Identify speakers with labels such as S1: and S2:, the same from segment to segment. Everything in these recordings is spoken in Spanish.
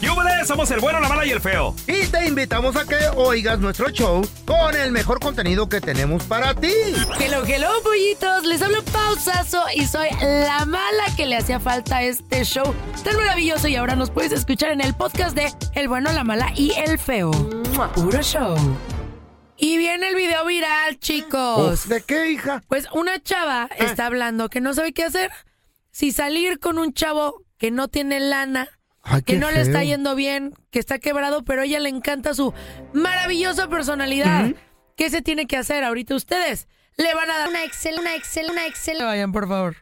S1: ¡Yúbele! Somos el bueno, la mala y el feo.
S2: Y te invitamos a que oigas nuestro show con el mejor contenido que tenemos para ti.
S3: Hello, hello, pollitos. Les hablo pausazo y soy la mala que le hacía falta a este show tan maravilloso. Y ahora nos puedes escuchar en el podcast de El bueno, la mala y el feo. Puro show. Y viene el video viral, chicos.
S2: Oh, ¿De qué, hija?
S3: Pues una chava
S2: Ah.
S3: está hablando que no sabe qué hacer. Si salir con un chavo que no tiene lana,
S2: Ay,
S3: que
S2: qué
S3: no le está
S2: feo.
S3: yendo bien, que está quebrado, pero a ella le encanta su maravillosa personalidad. ¿Qué se tiene que hacer ahorita ustedes? Le van a dar una Excel, una Excel, una Excel. Vayan, por favor.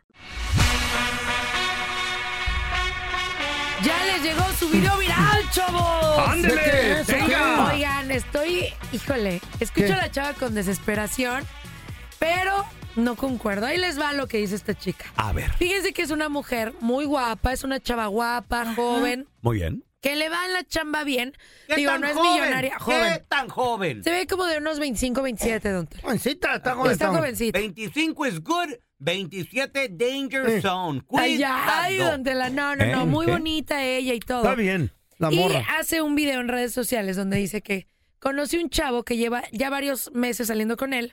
S3: Ya les llegó su video viral, chavos.
S1: ¡Ándele!
S2: ¿De qué es?
S1: ¡Venga!
S3: Oigan, estoy, híjole, escucho
S2: ¿Qué?
S3: a la chava con desesperación, pero no concuerdo. Ahí les va lo que dice esta chica.
S4: A ver.
S3: Fíjense que es una mujer muy guapa, es una chava guapa, joven,
S4: Muy bien.
S3: que le va en la chamba bien.
S5: ¿Qué
S3: Digo,
S5: tan
S3: no es
S5: joven?
S3: millonaria, joven.
S5: ¿Qué tan joven?
S3: Se ve como de unos 25, 27, don Tela.
S2: Jovencita, está
S3: Está
S2: jovencita.
S3: jovencita.
S5: 25 is good, 27 danger zone.
S3: Ay, ya, ay,
S5: Cuidado.
S3: don Tela, no, no, no, muy bonita ella y todo.
S2: ¿Eh? Está bien, la morra.
S3: Y hace un video en redes sociales donde dice que conoce un chavo que lleva ya varios meses saliendo con él,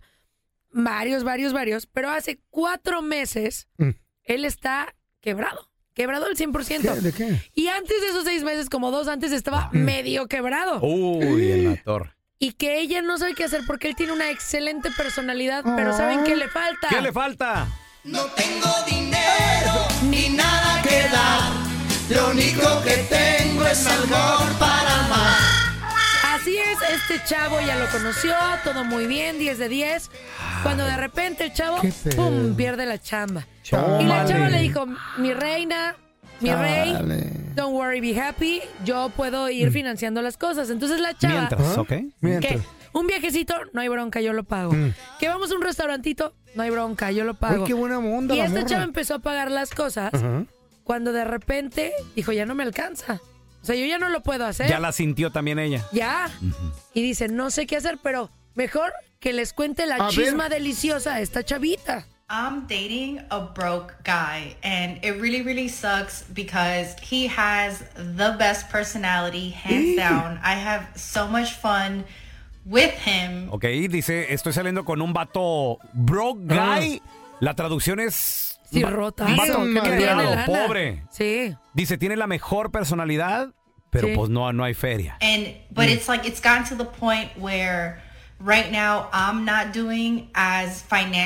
S3: varios, varios, varios, pero hace cuatro meses
S2: Mm.
S3: él está quebrado, quebrado al 100%.
S2: ¿Qué? ¿De qué? Mm.
S3: Y antes de esos seis meses, como dos antes, estaba medio quebrado.
S2: Oh.
S4: Uy, en la torre.
S3: Y que ella no sabe qué hacer porque él tiene una excelente personalidad, pero ¿saben qué le falta?
S4: ¿Qué le falta?
S6: No tengo dinero ni nada que dar. Lo único que tengo es amor para amar.
S3: Así es, este chavo ya lo conoció, todo muy bien, 10 de 10. Cuando de repente el chavo,
S2: Qué feo.
S3: pum, pierde la chamba.
S2: Chale.
S3: Y la chava le dijo, mi reina, mi rey,
S2: Chale.
S3: don't worry, be happy, yo puedo ir financiando las cosas. Entonces la chava...
S4: Mientras,
S2: ¿Ah?
S4: ¿ok?
S2: Mientras. Mm.
S3: Que un viajecito, no hay bronca, yo lo pago. Que vamos a un restaurantito, no hay bronca, yo lo pago.
S2: Uy, qué buena onda
S3: y
S2: la
S3: esta
S2: morra.
S3: chava empezó a pagar las cosas
S2: Ajá.
S3: cuando de repente dijo, ya no me alcanza. O sea, yo ya no lo puedo hacer.
S4: Ya la sintió también ella.
S3: Ya. Y dice, no sé qué hacer, pero mejor que les cuente
S2: A
S3: la chisma deliciosa a esta chavita.
S7: I'm dating a broke guy and it really really sucks because he has the best personality hands down. I have so much fun with him.
S4: Ok, dice, estoy saliendo con un vato broke
S2: Ah.
S4: guy. La traducción es...
S3: Sí,
S4: va-
S3: rota.
S4: Vato
S2: que tiene
S4: quebrado,
S2: lana.
S4: pobre.
S3: Sí.
S4: Dice, tiene la mejor personalidad, pero
S3: Sí.
S4: pues no, no hay feria.
S7: And but it's like it's gotten to the point where right now I'm not doing as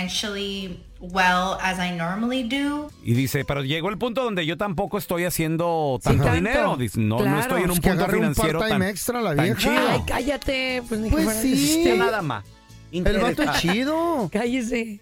S7: financially well as I normally do.
S4: Y dice, pero llegó el punto donde yo tampoco estoy haciendo tanto
S3: tanto.
S4: dinero. Dice, no,
S3: Claro.
S4: no estoy en un
S2: Pues que
S4: punto
S2: agarre un
S4: financiero
S2: part-time
S4: tan,
S2: extra la
S4: tan
S2: vieja.
S4: chido.
S3: Ay, cállate. Pues, ni que
S2: Pues
S3: fuera-
S2: sí.
S4: nada más.
S2: El vato es chido.
S3: Cállese.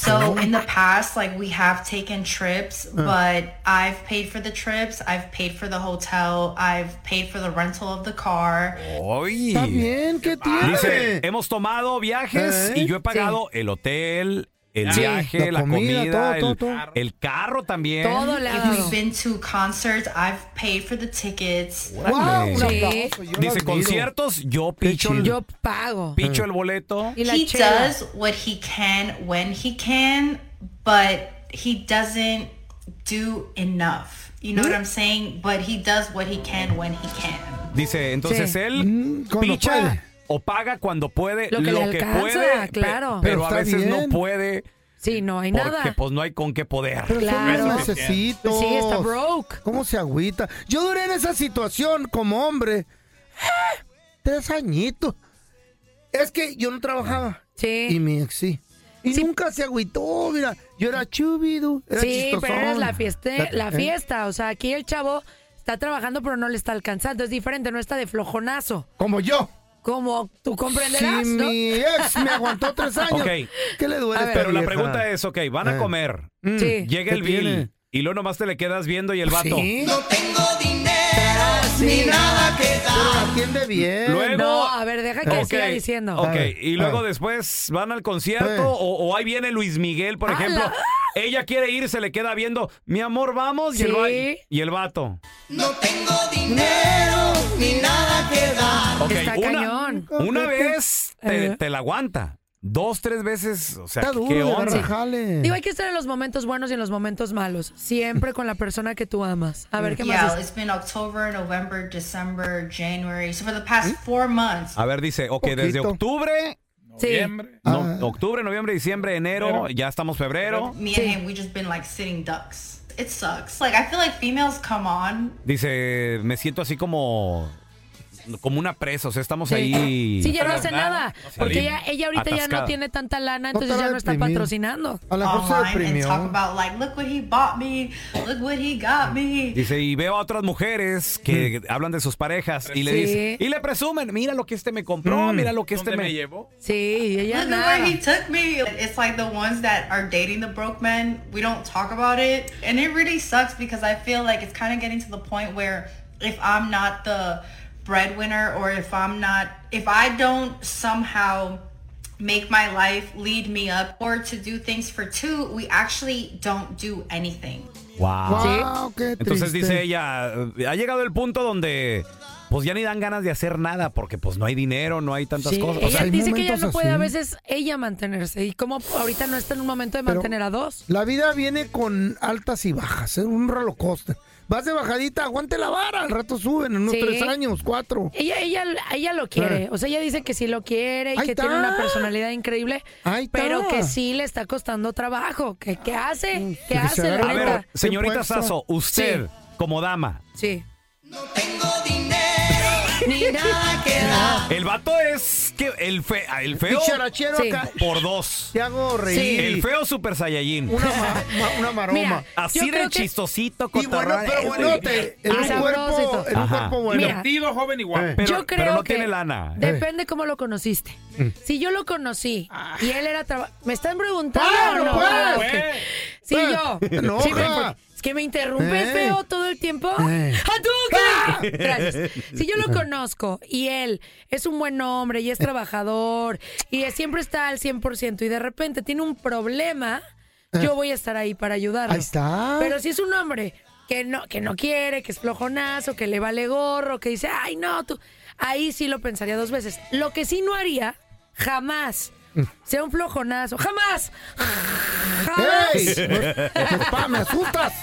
S7: So in the past, like we have taken trips, but I've paid for the trips, I've paid for the hotel, I've paid for the rental of the car.
S4: Oye.
S2: Está bien, ¿qué tiene?
S4: eh, Dice, hemos tomado viajes
S2: ¿Eh?
S4: y yo he pagado el hotel, El
S3: Sí.
S4: viaje,
S2: La
S4: la
S2: comida,
S4: comida,
S2: todo,
S4: el,
S2: todo, todo.
S4: el carro
S2: ¿Eh?
S4: también.
S3: Todo le ha
S7: If
S3: dado.
S7: we've been to concerts, I've paid for the tickets.
S2: ¡Wow! Un
S3: Sí.
S2: aplauso, yo lo
S4: Dice
S2: admiro.
S4: conciertos, yo picho, el-
S3: Yo pago.
S4: picho
S2: Ah.
S4: el boleto.
S3: Y la
S7: he
S3: chela.
S7: does what he can when he can, but he doesn't do enough. You know what I'm saying? But he does what he can when he can.
S4: Dice, entonces
S3: Sí.
S4: él
S2: Mm, cuando
S4: picha
S2: puede.
S4: o paga cuando puede
S3: Lo que le alcanza,
S4: puede, pe-
S3: claro.
S4: pero,
S2: Pero
S4: a
S2: está
S4: veces
S2: bien.
S4: no puede
S3: Sí, no hay
S4: porque
S3: nada.
S4: pues no hay con qué poder.
S2: Pero
S3: Claro.
S2: son bien necesitos.
S3: Sí, está broke.
S2: ¿Cómo se agüita? Yo duré en esa situación como hombre. ¡Ah! Tres añitos. Es que yo no trabajaba.
S3: Sí.
S2: Y mi ex sí. Y
S3: Sí.
S2: nunca se agüitó, mira. Yo era chubido. Era
S3: sí, pero eres
S2: chistosón.
S3: la fiesta, la
S2: ¿Eh?
S3: fiesta. O sea, aquí el chavo está trabajando, pero no le está alcanzando. Es diferente, no está de flojonazo.
S2: Como yo.
S3: Como tú
S2: Si
S3: comprenderás, ¿no?
S2: mi ex me aguantó tres años,
S4: Ok.
S2: ¿qué le duele?
S3: A
S2: a
S3: ver.
S2: esta
S4: Pero la
S2: vieja?
S4: pregunta es, ok, van a
S2: Eh.
S4: comer,
S3: Sí.
S4: llega
S2: ¿Qué
S4: el bill
S2: tiene?
S4: y luego nomás te le quedas viendo y el vato.
S2: Sí,
S6: No tengo dinero
S3: Sí.
S6: ni nada que
S2: pero
S6: dar.
S2: la atiende bien.
S4: Luego-
S3: No, a ver, deja que
S4: Ok,
S3: siga diciendo.
S4: Ok,
S2: Eh,
S4: y luego
S2: eh.
S4: después van al concierto
S2: Eh.
S4: o, o ahí viene Luis Miguel, por
S3: ¡Hala!
S4: ejemplo. Ella quiere ir, se le queda viendo, mi amor, vamos, y, el, va-
S3: Sí.
S4: y el vato.
S6: No tengo dinero ni nada que dar.
S4: Ok,
S3: Está
S4: una,
S3: cañón. Eh.
S4: una vez
S3: Ajá.
S4: te, te la aguanta. Dos, tres veces, o sea,
S2: Está duro
S4: ¿qué
S2: de darle
S4: onda?
S2: jale.
S3: Digo, hay que estar en los momentos buenos y en los momentos malos. Siempre con la persona que tú amas. A
S4: Mm.
S3: ver, ¿qué
S7: Yeah,
S3: más? es?
S7: it's been October, November, December, January. So for the past four months,
S4: A ver, dice, ok, desde
S2: Poquito.
S4: octubre,
S3: Sí.
S4: no,
S2: Ah.
S4: octubre, noviembre, diciembre, enero, ya estamos febrero.
S7: me and him, we just been like sitting ducks. It sucks. Like I feel like females come on.
S4: Dice, me siento así como, como una presa, o sea, estamos
S3: Sí.
S4: ahí.
S3: Sí, ya no hace nada. Porque ella, ella ahorita ya no
S4: Atascada.
S3: tiene tanta
S2: No
S3: lana, entonces ya
S2: estará
S3: no está
S2: deprimida.
S3: patrocinando.
S2: A lo mejor se
S7: online and talk
S2: deprimió.
S7: about like, look what he bought me, look what he got me.
S4: Dice, y veo a otras mujeres que hablan de sus parejas y le
S3: Sí.
S4: dicen, y le presumen, mira lo que este me compró, mira lo que este me...
S1: llevó?
S3: Sí, ella
S7: Look
S3: nada.
S7: at where he took me. It's like the ones that are dating the broke men. We don't talk about it, and it really sucks because I feel like it's kind of getting to the point where if I'm not the breadwinner or if I'm not, if I don't somehow make my life lead me up or to do things for two, we actually don't do anything.
S4: Wow.
S2: Wow, qué
S4: Entonces
S2: triste.
S4: dice ella, eh, ha llegado el punto donde pues ya ni dan ganas de hacer nada porque pues no hay dinero, no hay tantas
S3: Sí,
S4: cosas. O
S3: ella
S4: sea,
S2: hay
S3: dice que ella
S2: momentos
S3: no puede
S2: así.
S3: a veces ella mantenerse. Y como ahorita no está en un momento de
S2: Pero-
S3: mantener a dos.
S2: La vida viene con altas y bajas, es un roller coaster. Vas de bajadita, aguante la vara, al rato suben, en unos
S3: Sí.
S2: tres años, cuatro.
S3: Ella, ella, ella lo quiere.
S2: Eh.
S3: O sea, ella dice que sí lo quiere y
S2: Ahí
S3: que
S2: está.
S3: tiene una personalidad increíble.
S2: Ahí está.
S3: pero que sí le está costando trabajo. ¿Qué, qué hace? ¿Qué
S2: que
S3: hace
S2: se
S3: la
S2: agarre-
S4: a
S3: neta?
S4: ver, señorita
S2: puesto.
S4: Sasso, usted como dama,
S3: Sí.
S6: Tengo dinero
S3: Ni nada.
S6: que dar.
S4: el vato es que el, fe- el feo
S2: Picharachero
S3: Sí.
S2: acá.
S4: por dos.
S2: Te hago
S3: Sí.
S2: reír.
S4: El feo super saiyajin.
S2: Una, ma- ma- una maroma.
S3: Mira, yo
S4: Así
S3: creo
S4: de
S3: que-
S4: chistosito,
S2: y bueno,
S4: cotorrón,
S2: pero
S4: este,
S2: buenote. En
S3: Ah,
S2: un cuerpo,
S3: sabrosito.
S2: en un
S4: Ajá. este
S2: cuerpo bueno. Eh,
S3: Mira,
S1: joven y guapo.
S4: pero,
S3: yo creo
S4: pero no
S3: que
S4: tiene lana.
S3: Depende cómo lo conociste.
S2: Mm.
S3: Si yo lo conocí y él era traba- ¿Me están preguntando?
S2: ¡Claro,
S3: o no?
S2: pues!
S3: Ah, ok. Sí,
S2: Pues,
S3: yo.
S2: te enoja.
S3: Sí, me- es que me interrumpes,
S2: Eh.
S3: feo, todo el tiempo.
S2: Eh.
S3: ¡Hadouken! Gracias. Si yo lo conozco y él es un buen hombre y es
S2: Eh.
S3: trabajador y es- siempre está al 100% y de repente tiene un problema, yo voy a estar ahí para ayudarlo.
S2: Eh. Ahí está.
S3: Pero si es un hombre que no, que no quiere, que es flojonazo, que le vale gorro, que dice, ay, no, tú. Ahí sí lo pensaría dos veces. Lo que sí no haría, jamás. Sea un flojonazo. ¡Jamás! ¡Jamás!
S2: ¡Ey! No- no, pa, ¡Me asustas!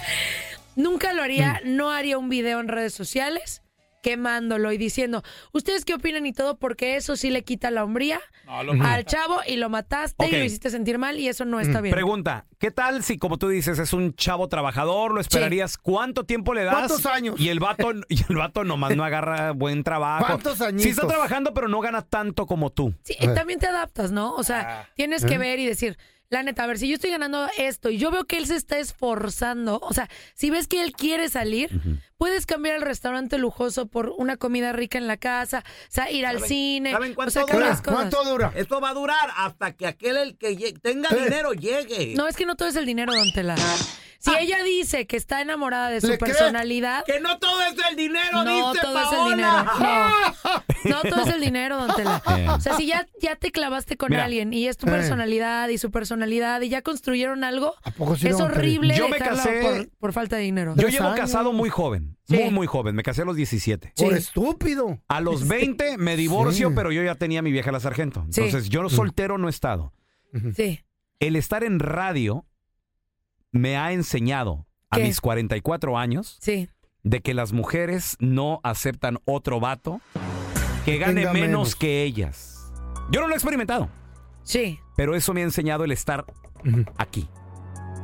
S3: Nunca lo haría, no haría un video en redes sociales quemándolo y diciendo, ¿ustedes qué opinan y todo? Porque eso sí le quita la hombría al chavo y lo mataste
S4: Ok.
S3: y lo hiciste sentir mal y eso no está bien.
S4: Pregunta, ¿qué tal si, como tú dices, es un chavo trabajador? ¿Lo esperarías? ¿Cuánto tiempo le das?
S2: ¿Cuántos años?
S4: Y el vato, y el vato nomás no agarra buen trabajo.
S2: ¿Cuántos añitos?
S4: Sí está trabajando, pero no gana tanto como tú.
S3: Sí, y también te adaptas, ¿no? O sea,
S5: Ah.
S3: tienes que ver y decir, la neta, a ver, si yo estoy ganando esto y yo veo que él se está esforzando, o sea, si ves que él quiere salir, puedes cambiar el restaurante lujoso por una comida rica en la casa, o sea, ir al cine,
S5: saben
S3: o
S5: cuánto
S3: sea,
S5: dura?
S3: cambias
S2: Dura,
S3: cosas.
S2: ¿Cuánto dura?
S5: Esto va a durar hasta que aquel el que lle- tenga dinero llegue.
S3: No, es que no todo es el dinero, don Tela. Si
S5: Ah.
S3: ella dice que está enamorada de su
S2: ¿Le cree?
S3: personalidad,
S5: Que no todo es el dinero,
S3: no
S5: dice
S3: todo es el dinero.
S5: Paola.
S3: No, no todo es el dinero, don Tela. O sea, si ya, ya te clavaste con
S4: Mira.
S3: alguien y es tu
S2: Eh.
S3: personalidad y su personalidad y ya construyeron algo,
S2: ¿A poco sí,
S3: es
S2: don Tela?
S3: horrible
S4: Yo me
S3: dejarla
S4: casé-
S3: por, por falta de dinero.
S4: Yo
S2: Tres
S4: llevo
S2: años.
S4: casado muy joven,
S3: Sí.
S4: muy, muy joven. Me casé a los 17.
S2: Por estúpido.
S4: A los 20 me divorcio, pero yo ya tenía a mi vieja la sargento.
S3: Sí.
S4: Entonces, yo
S2: Mm.
S4: soltero no he estado.
S3: Sí.
S4: El estar en radio me ha enseñado a
S3: ¿Qué?
S4: mis 44 años
S3: Sí.
S4: de que las mujeres no aceptan otro vato que gane
S2: tenga
S4: menos,
S2: menos.
S4: que ellas. Yo no lo he experimentado,
S3: Sí.
S4: pero eso me ha enseñado el estar aquí.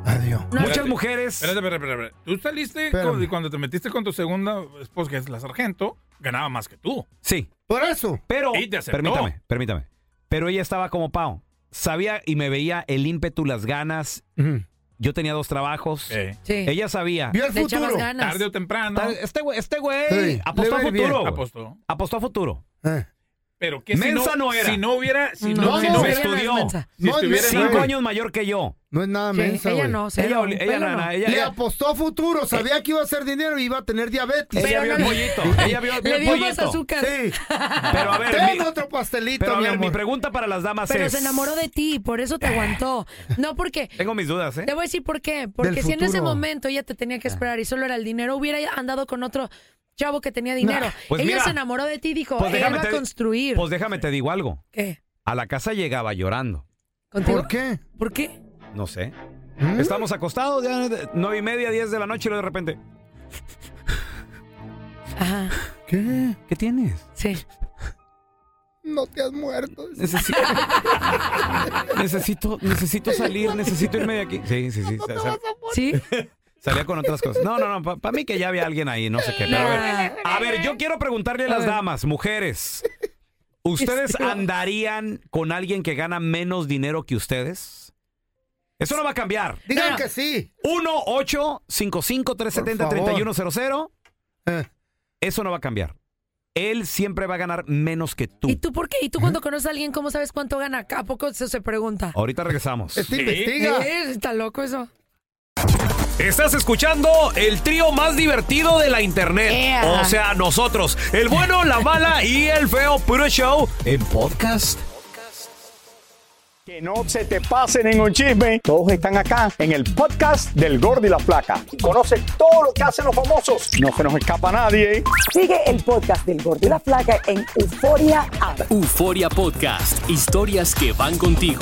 S2: Adiós.
S3: No,
S4: Muchas mujeres.
S1: Espérate, espérate, espérate, espérate. Tú saliste
S2: Espérame.
S1: con- cuando te metiste con tu segunda esposa, que es la sargento, ganaba más que tú.
S4: Sí,
S2: Por eso.
S4: pero.
S1: Y te aceptó.
S4: Permítame, permítame. Pero ella estaba como Pau. Sabía y me veía el ímpetu, las ganas. Yo tenía dos trabajos.
S1: Eh,
S3: sí.
S4: Ella sabía.
S2: Vio el
S3: Le echabas
S2: futuro.
S3: ganas.
S1: tarde o temprano
S4: Tal- Este güey, este güey
S2: Sí, le
S4: apostó
S2: va
S4: a
S2: a ir bien.
S4: futuro. güey.
S1: apostó.
S4: Apostó a futuro.
S2: Eh.
S1: Pero que si
S4: Mensa no era.
S1: si no hubiera, si no,
S3: No,
S1: si
S2: no,
S1: no
S2: me
S1: hubiera-
S4: estudió.
S3: mensa.
S1: Si
S2: No,
S1: estuviera
S2: no,
S1: en-
S4: Cinco
S2: güey.
S4: años mayor que yo.
S2: No es nada
S3: Sí,
S2: mensa,
S3: ella
S2: güey.
S3: no, cero,
S4: Ella, oli- ella,
S3: pelo
S4: na-
S3: no.
S4: na- ella,
S2: Le
S4: ella-
S2: apostó a futuro, sabía que iba a hacer dinero y iba a tener diabetes.
S4: ella vio el
S3: no-
S4: pollito. Ella vio, vio
S3: Le
S4: el
S3: dio más
S4: pollito.
S3: azúcar.
S2: Sí.
S4: Pero a ver,
S2: Ten
S4: mi,
S2: otro pastelito,
S4: pero a
S2: mi
S4: ver, mi
S2: amor.
S4: pregunta para las damas
S3: Pero
S4: es.
S3: se enamoró de ti, por eso te aguantó. No porque
S4: Tengo mis dudas, ¿eh?
S3: Te voy a decir por qué. Porque
S2: Del
S3: si en ese
S2: futuro.
S3: momento ella te tenía
S4: Ah.
S3: que esperar y solo era el dinero, hubiera andado con otro chavo que tenía dinero.
S4: pues
S3: ella
S4: mira,
S3: se enamoró de ti y dijo,
S4: pues
S3: él
S4: déjame
S3: va a
S4: te-
S3: construir.
S4: Pues déjame te digo algo.
S3: ¿Qué?
S4: A la casa llegaba llorando.
S3: ¿Contigo?
S2: ¿Por qué?
S3: ¿Por qué?
S4: No sé.
S2: ¿Mm?
S4: Estamos acostados ya de- nueve y media, diez de la noche y luego de repente.
S3: Ajá,
S2: ¿Qué?
S4: ¿Qué tienes?
S3: sí.
S2: No te has muerto.
S4: Necesito, necesito, necesito salir, necesito irme de aquí. Sí, sí, sí. sa- sal-
S3: ¿Sí?
S4: salía con otras cosas. No, no, no. Para mí que ya había alguien ahí, no sé qué. Pero a ver.
S3: Nah.
S4: A ver, yo quiero preguntarle a las
S3: ver.
S4: damas, mujeres. ¿Ustedes andarían con alguien que gana menos dinero que ustedes? Eso no va a cambiar.
S2: Digan
S3: No.
S2: que sí.
S4: 1-855-370-3100.
S2: Eh.
S4: Eso no va a cambiar. Él siempre va a ganar menos que tú.
S3: ¿Y tú por qué? ¿Y tú cuando conoces a alguien, cómo sabes cuánto gana? ¿A poco eso se pregunta?
S4: Ahorita regresamos.
S2: Este investiga.
S3: Eh, Está loco eso.
S4: Estás escuchando el trío más divertido de la internet.
S3: Ea.
S4: O sea, nosotros, el bueno, la mala y el feo puro show en podcast.
S8: Que no se te pasen en un chisme. Todos están acá en el podcast del Gordi y la Flaca. Conoce todo lo que hacen los famosos. No se nos escapa nadie.
S9: Sigue el podcast del Gordo y la Flaca en Euforia App.
S10: Euforia Podcast, historias que van contigo.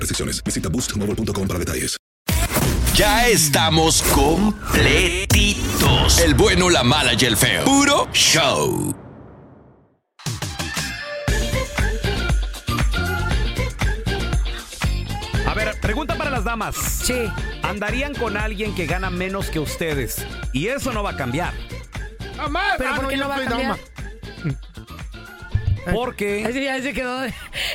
S10: restricciones. Visita boostmobile.com para detalles.
S8: Ya estamos completitos. El bueno, la mala y el feo. Puro show.
S4: A ver, pregunta para las damas.
S3: Sí.
S4: Andarían con alguien que gana menos que ustedes. Y eso no va a cambiar.
S2: ¡Jamás!
S3: ¿Pero
S2: Ah,
S3: por qué
S2: yo
S3: no va a
S2: soy
S3: cambiar?
S2: dama.
S4: Porque,
S3: Así ya se quedó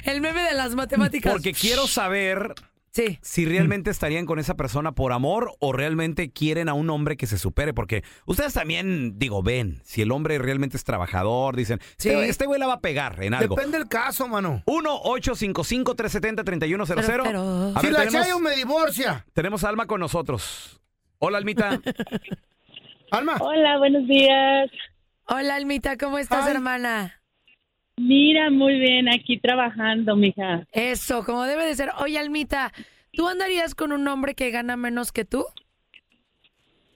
S3: el meme de las matemáticas.
S4: porque quiero saber
S3: Sí.
S4: si realmente estarían con esa persona por amor o realmente quieren a un hombre que se supere. Porque ustedes también, digo, ven, si el hombre realmente es trabajador, dicen,
S3: Sí.
S4: "Este- este güey la va a pegar en algo.
S2: Depende del caso, mano.
S4: 1-855-370-3100.
S3: Pero-
S4: A
S2: si
S4: ver,
S2: la Chayo
S4: tenemos,
S2: me divorcia.
S4: tenemos a Alma con nosotros. Hola, Almita.
S2: Alma,
S9: Hola, buenos días.
S3: Hola, Almita, ¿cómo estás,
S2: Ay.
S3: hermana?
S9: Mira, muy bien, aquí trabajando, mija.
S3: Eso, como debe de ser. Oye, Almita, ¿tú andarías con un hombre que gana menos que tú?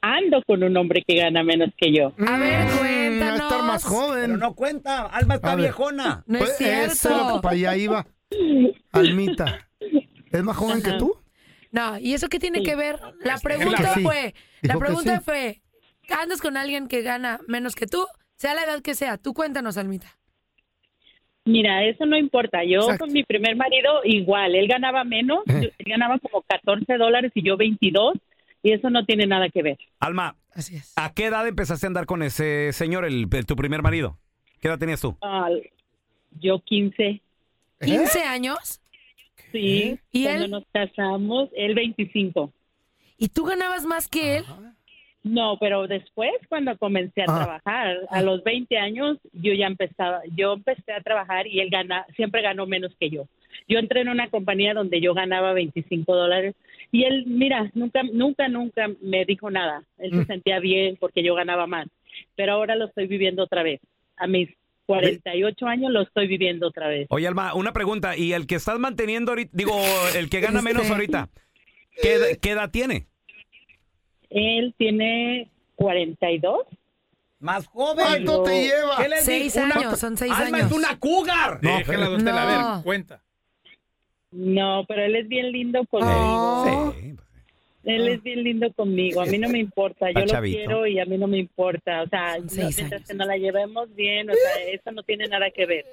S11: ando con un hombre que gana menos que yo.
S3: A ver, cuéntanos.
S2: Mm, estar más joven. eh,
S5: Pero no cuenta, Alma está
S2: A ver.
S5: viejona.
S3: No
S2: Pues,
S3: es cierto.
S2: Eso era lo que para allá iba. Almita. ¿Es más joven que tú?
S3: No, ¿y eso qué tiene que ver? La
S2: Dijo
S3: pregunta
S2: que sí.
S3: fue,
S2: Dijo
S3: la
S2: que
S3: pregunta
S2: sí.
S3: fue, ¿andas con alguien que gana menos que tú? Sea la edad que sea, tú cuéntanos, Almita.
S11: Mira, eso no importa. Yo
S3: Exacto.
S11: con mi primer marido igual, él ganaba menos, yo- él ganaba como 14 dólares y yo 22 y eso no tiene nada que ver.
S4: Alma, ¿a qué edad empezaste a andar con ese señor, el, el- tu primer marido? ¿Qué edad tenías tú?
S11: Ah, yo 15.
S3: ¿15 años?
S11: Sí,
S3: ¿Y
S11: cuando
S3: él?
S11: nos casamos, él 25.
S3: ¿Y tú ganabas más que él?
S11: No, pero después cuando comencé a
S3: Ah.
S11: trabajar, a los 20 años yo ya empezaba, yo empecé a trabajar y él gana, siempre ganó menos que yo. Yo entré en una compañía donde yo ganaba 25 dólares y él, mira, nunca, nunca, nunca me dijo nada. Él se sentía bien porque yo ganaba más, pero ahora lo estoy viviendo otra vez. A mis 48 años lo estoy viviendo otra vez.
S4: Oye, Alma, una pregunta. ¿Y el que estás manteniendo ahorita, digo, el que gana menos ahorita, ¿qué, ed- qué edad tiene?
S11: Él tiene 42.
S5: Más joven.
S11: ¿Cuánto te lleva?
S5: ¿Qué les
S3: Seis
S5: digo? Una-
S3: años, son seis
S5: Alma
S3: años.
S5: es una cougar.
S1: No, Déjala, pero- Dutela, a ver,
S5: cuenta.
S11: No, pero él es bien lindo
S4: Ah,
S11: conmigo. Él es bien lindo conmigo. A mí no me importa.
S4: Está
S11: Yo lo
S4: chavito.
S11: quiero y a mí no me importa. O sea, no,
S3: seis
S11: mientras que nos la llevemos bien, o sea, eso no tiene nada que ver.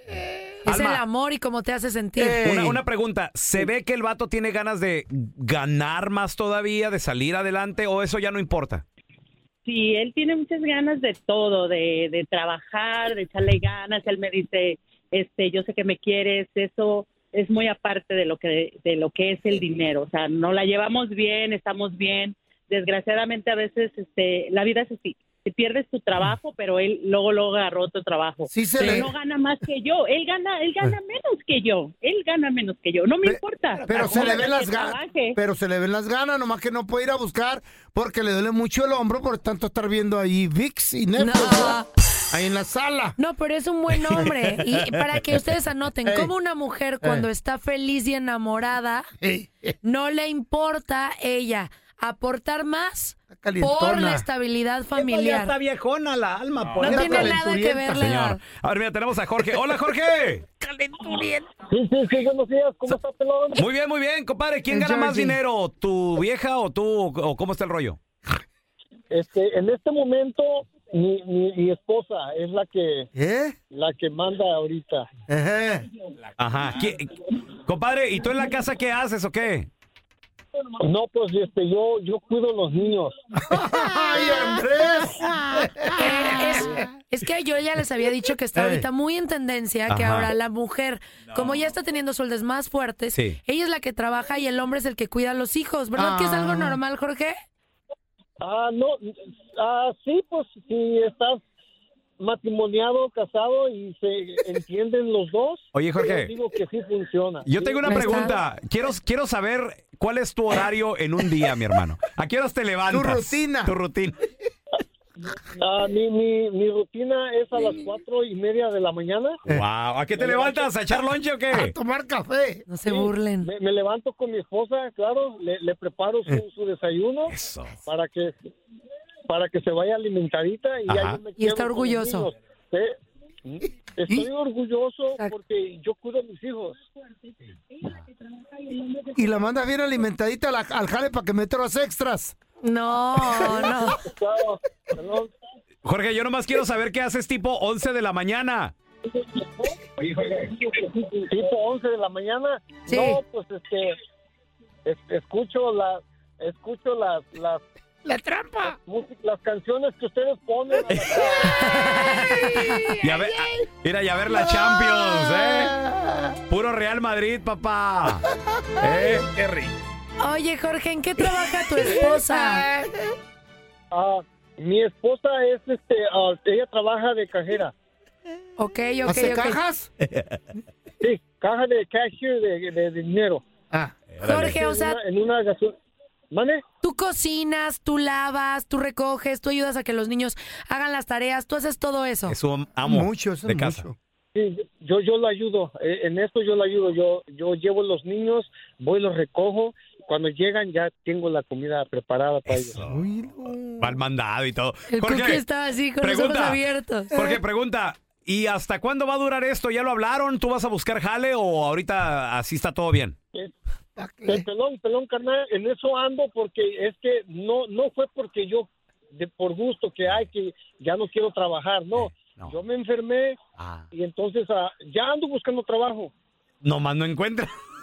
S3: Es el amor y cómo te hace sentir.
S4: Una, una pregunta. ¿Se ve que el vato tiene ganas de ganar más todavía, de salir adelante, o eso ya no importa?
S11: Sí, él tiene muchas ganas de todo, de, de trabajar, de echarle ganas. Él me dice, este, yo sé que me quieres. Eso es muy aparte de lo que de lo que es el dinero. O sea, no la llevamos bien, estamos bien. Desgraciadamente a veces, este, la vida es así. Te pierdes tu trabajo, pero él luego luego agarró otro trabajo.
S2: Sí se
S11: Pero
S2: le-
S11: no gana más que yo. Él gana, él gana menos que yo. Él gana menos que yo. No me importa.
S2: Pero se le
S11: Que
S2: ven las ganas.
S11: trabaje.
S2: Pero se le ven las ganas, nomás que no puede ir a buscar porque le duele mucho el hombro por tanto estar viendo ahí VIX y Netflix. ¿verdad? Ahí en la sala.
S3: No, pero es un buen hombre. Y para que ustedes anoten, como una mujer cuando está feliz y enamorada, no le importa ella aportar más por
S4: calentona.
S3: la estabilidad
S5: Ya está
S3: familiar.
S5: viejona la Alma.
S3: No
S5: pues.
S3: tiene nada que ver la edad.
S4: Señor. A ver, mira, tenemos a Jorge. Hola, Jorge.
S12: Sí, sí, sí, buenos días. ¿Cómo está, pelón?
S4: Muy bien, muy bien, compadre. ¿Quién gana más dinero? ¿Tu vieja o tú? ¿O cómo está el rollo?
S12: Este, en este momento, mi, mi- mi esposa es la que, la que manda ahorita.
S4: Ajá. ¿Qui- Compadre, ¿y tú en la casa qué haces o qué?
S12: No, pues este, yo, yo cuido los niños.
S2: ¡Ay, Andrés!
S3: Eh, es, es que yo ya les había dicho que está
S12: Ey.
S3: ahorita muy en tendencia que
S12: Ajá.
S3: ahora la mujer, como ya está teniendo sueldos más fuertes,
S12: Sí.
S3: ella es la que trabaja y el hombre es el que cuida a los hijos. ¿Verdad que es algo
S12: Ah.
S3: normal, Jorge?
S12: Ah, no, ah, sí, pues si estás matrimoniado, casado y se entienden los dos.
S4: Oye, Jorge.
S12: yo digo que sí funciona.
S4: Yo
S12: Sí.
S4: tengo una pregunta. Quiero, quiero saber cuál es tu horario en un día, mi hermano. ¿A qué horas te levantas?
S12: rutina.
S4: Tu rutina.
S12: Ah, mi, mi, mi rutina es a las cuatro y media de la mañana.
S4: Wow. ¿A qué te levantas? ¿A echar lonche o qué?
S2: tomar café.
S3: No se
S12: Sí,
S3: burlen.
S12: Me, me levanto con mi esposa, claro, le, le preparo su, su desayuno para que para que se vaya alimentadita y, ya
S6: Ajá.
S12: yo me
S6: Y
S12: quedo
S6: está
S12: con los
S6: orgulloso.
S12: niños. Sí. Estoy orgulloso porque yo cuido a mis hijos.
S2: Y la manda bien alimentadita a la- al jale para que meta los extras.
S3: No, no.
S4: Jorge, yo nomás quiero saber qué haces tipo 11 de la mañana.
S12: Tipo 11 de la mañana.
S4: Sí.
S12: No, pues este es- escucho la escucho las las
S2: la trampa.
S12: Las, músic- las canciones que ustedes ponen. a la-
S4: Y a ver, a- mira, y a ver la Champions, ¿eh? Puro Real Madrid, papá. ¿Eh?
S3: Oye, Jorge, ¿en qué trabaja tu esposa?
S12: Ah, mi esposa es, este, ah, ella trabaja de cajera.
S3: Ok, ok,
S12: ¿Hace
S3: ok.
S12: cajas? Sí, caja de cashier de, de dinero.
S2: Ah,
S3: Jorge, o sea-
S12: En una, en una gaso- ¿Mande?
S3: Tú cocinas, tú lavas, tú recoges, tú ayudas a que los niños hagan las tareas, tú haces todo eso.
S4: Es un amo de casa.
S12: Sí, yo, yo la ayudo. eh, En esto yo la ayudo. Yo, yo llevo los niños, voy, los recojo cuando llegan ya tengo la comida preparada para ellos.
S4: Va al mandado y todo.
S3: El
S4: Jorge,
S3: cookie está así con los ojos
S4: pregunta.
S3: abiertos.
S4: Jorge, pregunta. ¿Y hasta cuándo va a durar esto? ¿Ya lo hablaron? ¿Tú vas a buscar jale o ahorita así está todo bien?
S12: Pe- Pelón, pelón, carnal, en eso ando porque es que no, no fue porque yo, de, por gusto que hay, que ya no quiero trabajar, no. Yo me enfermé y entonces ah, ya ando buscando trabajo.
S4: Nomás no encuentra.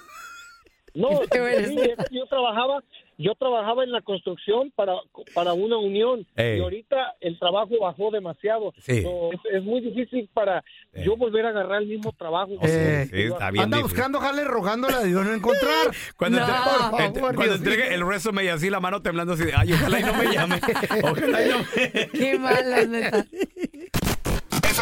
S12: No,
S4: Qué bueno.
S12: sí, es que yo trabajaba, yo trabajaba en la construcción para, para una unión
S4: Ey.
S12: y ahorita el trabajo bajó demasiado.
S4: Sí.
S12: No, es, es muy difícil para yo volver a agarrar el mismo trabajo.
S1: Eh,
S4: sí, está bien
S1: anda
S4: difícil.
S1: buscando, jale, rogándole a Dios no encontrar.
S4: Cuando,
S1: No,
S4: entre-
S1: por favor,
S4: entre- cuando
S1: Dios.
S4: entregue el resumen y así la mano temblando así de, ay, ojalá y no me llame. Ojalá y no me...
S3: Qué mala, neta.
S4: Eso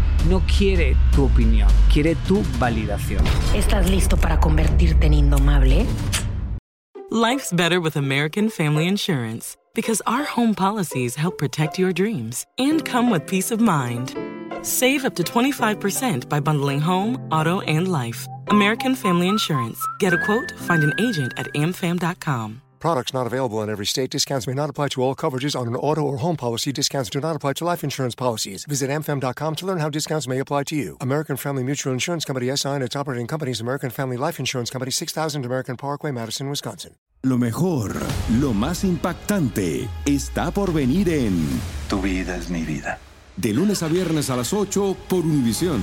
S13: no quiere tu opinión, quiere tu validación.
S14: ¿Estás listo para convertirte en indomable?
S11: Life's better with American Family Insurance because our home policies help protect your dreams and come with peace of mind. Save up to 25% by bundling home, auto, and life. American Family Insurance. Get a quote, find an agent at amfam.com.
S2: Products not available in every state. Discounts may not apply to all coverages on an auto or home policy. Discounts do not apply to life insurance policies. Visit mfm.com to learn how discounts may apply to you. American Family Mutual Insurance Company SI and its operating companies, American Family Life Insurance Company, 6000 American Parkway, Madison, Wisconsin.
S10: Lo mejor, lo más impactante, está por venir en
S15: Tu vida es mi vida.
S10: De lunes a viernes a las 8 por Univisión.